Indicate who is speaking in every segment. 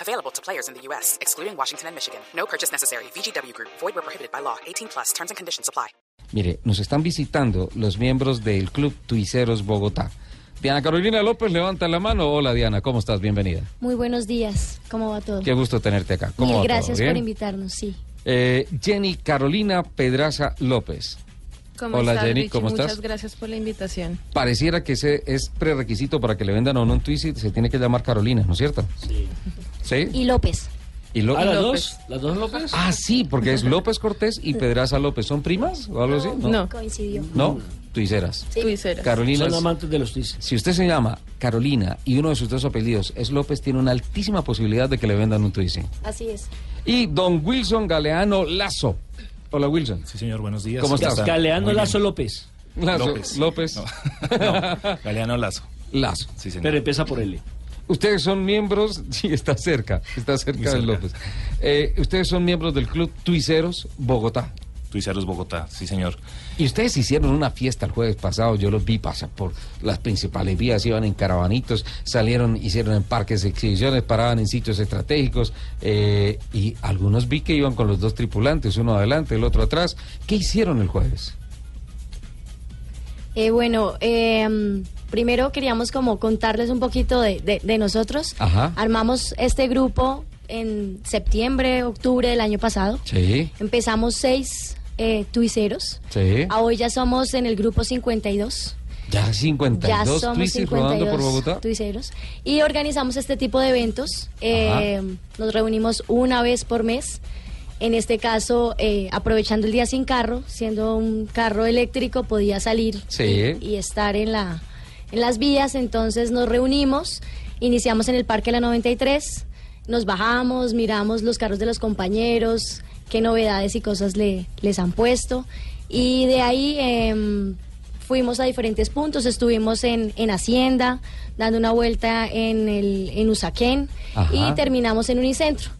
Speaker 1: Available to players in the U.S., excluding Washington and Michigan. No purchase necessary. VGW Group, void were prohibited by law. 18 plus terms and conditions apply.
Speaker 2: Mire, nos están visitando los miembros del Club Tuiceros Bogotá. Diana Carolina López levanta la mano. Hola Diana, ¿cómo estás? Bienvenida.
Speaker 3: Muy buenos días, ¿cómo va todo?
Speaker 2: Qué gusto tenerte acá. ¿Cómo
Speaker 3: Mil
Speaker 2: va todo?
Speaker 3: gracias
Speaker 2: ¿Bien?
Speaker 3: por invitarnos, sí.
Speaker 2: Eh, Jenny Carolina Pedraza López.
Speaker 4: ¿Cómo
Speaker 2: Hola,
Speaker 4: estás,
Speaker 2: Jenny,
Speaker 4: Richie?
Speaker 2: ¿cómo
Speaker 4: Muchas
Speaker 2: estás?
Speaker 4: gracias por la invitación.
Speaker 2: Pareciera que ese es prerequisito para que le vendan a uno un Tuicit, se tiene que llamar Carolina, ¿no es cierto? Sí. ¿Sí?
Speaker 3: Y López,
Speaker 2: ¿Y lo-
Speaker 5: ¿A Ah, las
Speaker 4: López.
Speaker 5: dos? ¿Las dos López?
Speaker 2: Ah, sí, porque es López Cortés y Pedraza López. ¿Son primas o algo así?
Speaker 4: No,
Speaker 3: coincidió.
Speaker 2: ¿No? Tuiceras.
Speaker 4: tú hicieras.
Speaker 2: Carolina.
Speaker 5: Son amantes de los tuices.
Speaker 2: Si usted se llama Carolina y uno de sus dos apellidos es López, tiene una altísima posibilidad de que le vendan un Twizy.
Speaker 3: Así es.
Speaker 2: Y don Wilson Galeano Lazo. Hola, Wilson.
Speaker 6: Sí, señor, buenos días.
Speaker 2: ¿Cómo estás?
Speaker 6: está?
Speaker 5: Galeano
Speaker 6: Muy bien.
Speaker 5: Lazo López,
Speaker 2: Lazo, López.
Speaker 6: López. No, Galeano Lazo.
Speaker 2: Lazo.
Speaker 6: Sí, señor.
Speaker 5: pero empieza por L.
Speaker 2: Ustedes son miembros, sí, está cerca, está cerca de
Speaker 6: cerca.
Speaker 2: López. Eh, ustedes son miembros del Club Tuiceros Bogotá.
Speaker 6: Tuiceros Bogotá, sí, señor.
Speaker 2: Y ustedes hicieron una fiesta el jueves pasado, yo los vi pasar por las principales vías, iban en caravanitos, salieron, hicieron en parques exhibiciones, paraban en sitios estratégicos eh, y algunos vi que iban con los dos tripulantes, uno adelante, el otro atrás. ¿Qué hicieron el jueves?
Speaker 3: Eh, bueno, eh, mm, primero queríamos como contarles un poquito de, de- de nosotros.
Speaker 2: Ajá.
Speaker 3: Armamos este grupo en septiembre, octubre del año pasado.
Speaker 2: Sí,
Speaker 3: Empezamos seis eh, tuiceros.
Speaker 2: sí.
Speaker 3: A hoy ya somos en el grupo 52.
Speaker 2: Ya 52
Speaker 3: Ya somos
Speaker 2: tuicis rodando por
Speaker 3: 52
Speaker 2: Bogotá.
Speaker 3: tuiceros. Y organizamos este tipo de eventos. Eh, nos reunimos una vez por mes. En este caso, eh, aprovechando el día sin carro, siendo un carro eléctrico, podía salir
Speaker 2: Sí.
Speaker 3: y, y estar en, la, en las vías. Entonces nos reunimos, iniciamos en el Parque La 93, nos bajamos, miramos los carros de los compañeros, qué novedades y cosas le- les han puesto. Y de ahí em, fuimos a diferentes puntos, estuvimos en, en Hacienda, dando una vuelta en, el, en Usaquén
Speaker 2: Ajá.
Speaker 3: y terminamos en Unicentro.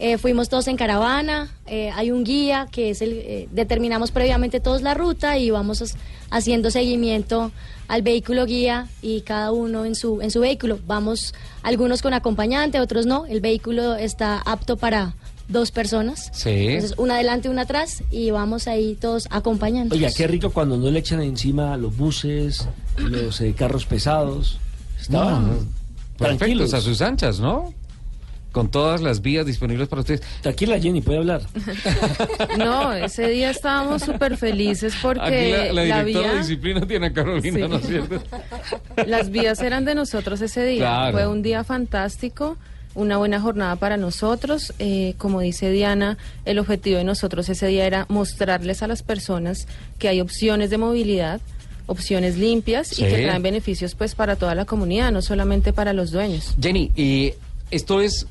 Speaker 3: Eh, fuimos todos en caravana, eh, hay un guía que es el, eh, determinamos previamente todos la ruta y vamos as- haciendo seguimiento al vehículo guía y cada uno en su, en su vehículo. Vamos algunos con acompañante, otros no. El vehículo está apto para dos personas.
Speaker 2: Sí.
Speaker 3: Entonces, una adelante, una atrás y vamos ahí todos acompañando.
Speaker 5: Oiga, qué rico cuando no le echan encima los buses, los eh, carros pesados. Estaban
Speaker 2: Perfectos,
Speaker 5: tranquilos.
Speaker 2: a sus anchas, ¿no? Con todas las vías disponibles para ustedes.
Speaker 5: Tranquila, Jenny, puede hablar.
Speaker 4: No, ese día estábamos súper felices
Speaker 2: Aquí
Speaker 4: porque
Speaker 2: la, la
Speaker 4: la
Speaker 2: directora de
Speaker 4: vía-
Speaker 2: disciplina tiene a Carolina,
Speaker 4: Sí.
Speaker 2: ¿no es cierto?
Speaker 4: las vías eran de nosotros ese día.
Speaker 2: Claro.
Speaker 4: Fue un día fantástico, una buena jornada para nosotros. Eh, como dice Diana, el objetivo de nosotros ese día era mostrarles a las personas que hay opciones de movilidad opciones limpias
Speaker 2: Sí.
Speaker 4: y que traen beneficios pues para toda la comunidad, no solamente para los dueños.
Speaker 2: Jenny, ¿y esto es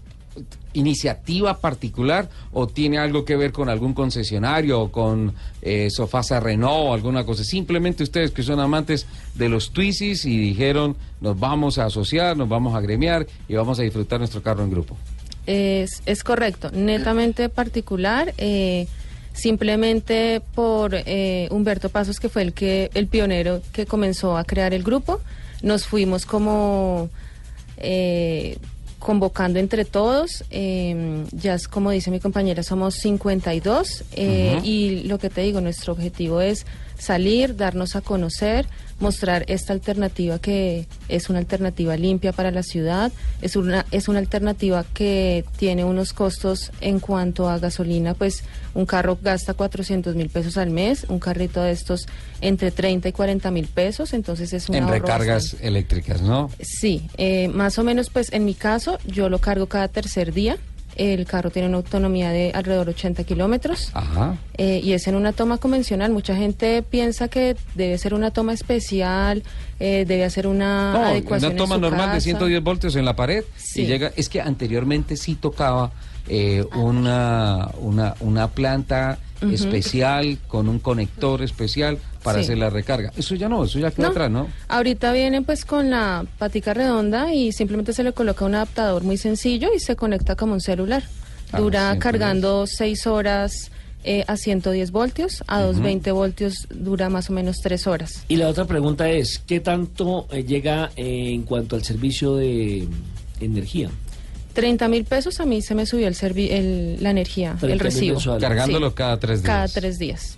Speaker 2: iniciativa particular o tiene algo que ver con algún concesionario o con eh, Sofasa Renault o alguna cosa? Simplemente ustedes que son amantes de los Twisis y dijeron nos vamos a asociar, nos vamos a gremiar y vamos a disfrutar nuestro carro en grupo.
Speaker 4: Es, es correcto, netamente particular, eh, simplemente por eh, Humberto Pasos, que fue el, que, el pionero que comenzó a crear el grupo. Nos fuimos como eh, convocando entre todos, eh, ya es como dice mi compañera, somos 52 eh,
Speaker 2: Ujú.
Speaker 4: y lo que te digo, nuestro objetivo es salir, darnos a conocer, mostrar esta alternativa que es una alternativa limpia para la ciudad, es una, es una alternativa que tiene unos costos en cuanto a gasolina, pues un carro gasta 400 mil pesos al mes, un carrito de estos entre 30 y 40 mil pesos, entonces es un
Speaker 2: En
Speaker 4: ahorro
Speaker 2: recargas
Speaker 4: bastante.
Speaker 2: eléctricas, ¿no?
Speaker 4: Sí, eh, más o menos pues en mi caso yo lo cargo cada tercer día. El carro tiene una autonomía de alrededor 80 kilómetros
Speaker 2: Ajá.
Speaker 4: eh, y es en una toma convencional. Mucha gente piensa que debe ser una toma especial, eh, debe hacer una
Speaker 2: No, una
Speaker 4: adecuación. en
Speaker 2: toma
Speaker 4: su
Speaker 2: normal de
Speaker 4: casa.
Speaker 2: 110 voltios en la pared
Speaker 4: Sí. Ah.
Speaker 2: y llega. Es que anteriormente sí tocaba eh, una, una, una planta especial, con un conector especial para
Speaker 4: Sí.
Speaker 2: hacer la recarga. Eso ya no, eso ya queda atrás, ¿no?
Speaker 4: Ahorita vienen pues con la patica redonda y simplemente se le coloca un adaptador muy sencillo y se conecta como un celular.
Speaker 2: Ah,
Speaker 4: Dura
Speaker 2: 110.
Speaker 4: cargando 6 horas eh, a 110 voltios, a 220 voltios dura más o menos 3 horas.
Speaker 5: Y la otra pregunta es, ¿qué tanto eh, llega eh, en cuanto al servicio de mm, energía?
Speaker 4: 30 mil pesos a mí se me subió el servi- el- la energía,
Speaker 5: 30.000
Speaker 4: el recibo.
Speaker 5: mensuales.
Speaker 2: Cargándolo cada tres días.
Speaker 4: Cada 3 días.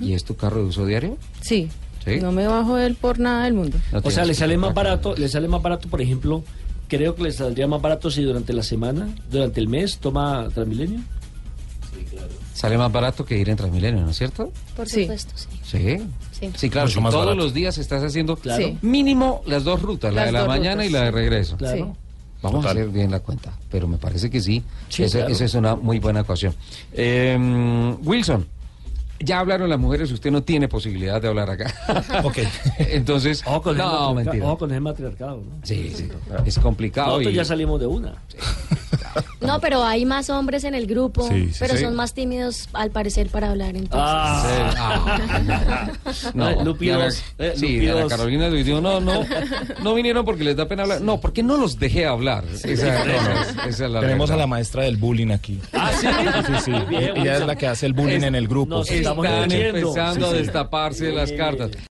Speaker 2: ¿Y es tu carro de uso diario?
Speaker 4: Sí.
Speaker 2: Sí.
Speaker 4: No me bajo de él por nada del mundo.
Speaker 2: No
Speaker 5: o sea,
Speaker 2: tienes
Speaker 5: le
Speaker 2: que
Speaker 5: sale más
Speaker 2: comprar
Speaker 5: barato,
Speaker 2: cargadores.
Speaker 5: le sale más barato, por ejemplo, creo que le saldría más barato si durante la semana, durante el mes toma Transmilenio.
Speaker 2: Sale más barato que ir en Transmilenio, ¿no es cierto?
Speaker 3: Por
Speaker 4: Sí.
Speaker 3: supuesto, sí.
Speaker 2: Sí. Sí,
Speaker 3: Sí.
Speaker 2: claro.
Speaker 6: Mucho
Speaker 2: si
Speaker 6: más
Speaker 2: todos
Speaker 6: barato.
Speaker 2: los días estás haciendo
Speaker 5: Claro.
Speaker 4: Sí.
Speaker 2: mínimo las dos rutas, la
Speaker 4: Las
Speaker 2: de la
Speaker 4: dos
Speaker 2: mañana
Speaker 4: rutas,
Speaker 2: y la de
Speaker 4: sí.
Speaker 2: regreso.
Speaker 5: Claro.
Speaker 2: Vamos
Speaker 6: Total.
Speaker 2: a hacer bien la cuenta, pero me parece que sí.
Speaker 5: Sí,
Speaker 2: esa,
Speaker 5: claro.
Speaker 2: esa es una muy buena ecuación. Eh, Wilson, ya hablaron las mujeres, usted no tiene posibilidad de hablar acá.
Speaker 6: Ok.
Speaker 2: Entonces,
Speaker 5: Ojo con,
Speaker 2: no,
Speaker 5: el,
Speaker 2: mentira.
Speaker 5: matriarca- ojo con el matriarcado. ¿no?
Speaker 2: Sí, sí, es complicado.
Speaker 5: Nosotros
Speaker 2: y-
Speaker 5: ya salimos de una.
Speaker 3: No, pero hay más hombres en el grupo,
Speaker 6: Sí, sí,
Speaker 3: pero
Speaker 2: sí.
Speaker 3: son más tímidos al parecer para hablar entonces.
Speaker 2: Sí, ah, no,
Speaker 5: Ay, Lupi
Speaker 2: Diana-
Speaker 5: dos, eh,
Speaker 2: sí,
Speaker 5: Lupi
Speaker 2: Diana
Speaker 5: dos.
Speaker 2: Carolina dijo, no, no, no vinieron porque les da pena hablar. No, porque no los dejé hablar. Esa, no, no, es- esa es la
Speaker 6: Tenemos a la
Speaker 2: verdad.
Speaker 6: maestra del bullying aquí.
Speaker 5: Ah, sí,
Speaker 6: Sí, sí.
Speaker 5: Muy bien,
Speaker 6: Ella es
Speaker 5: Wilson.
Speaker 6: la que hace el bullying
Speaker 2: Es-
Speaker 6: en el grupo.
Speaker 5: no, sí.
Speaker 6: Sí.
Speaker 5: Estamos
Speaker 2: Están
Speaker 5: leyendo.
Speaker 2: empezando
Speaker 5: Sí,
Speaker 2: a
Speaker 5: sí.
Speaker 2: destaparse las cartas.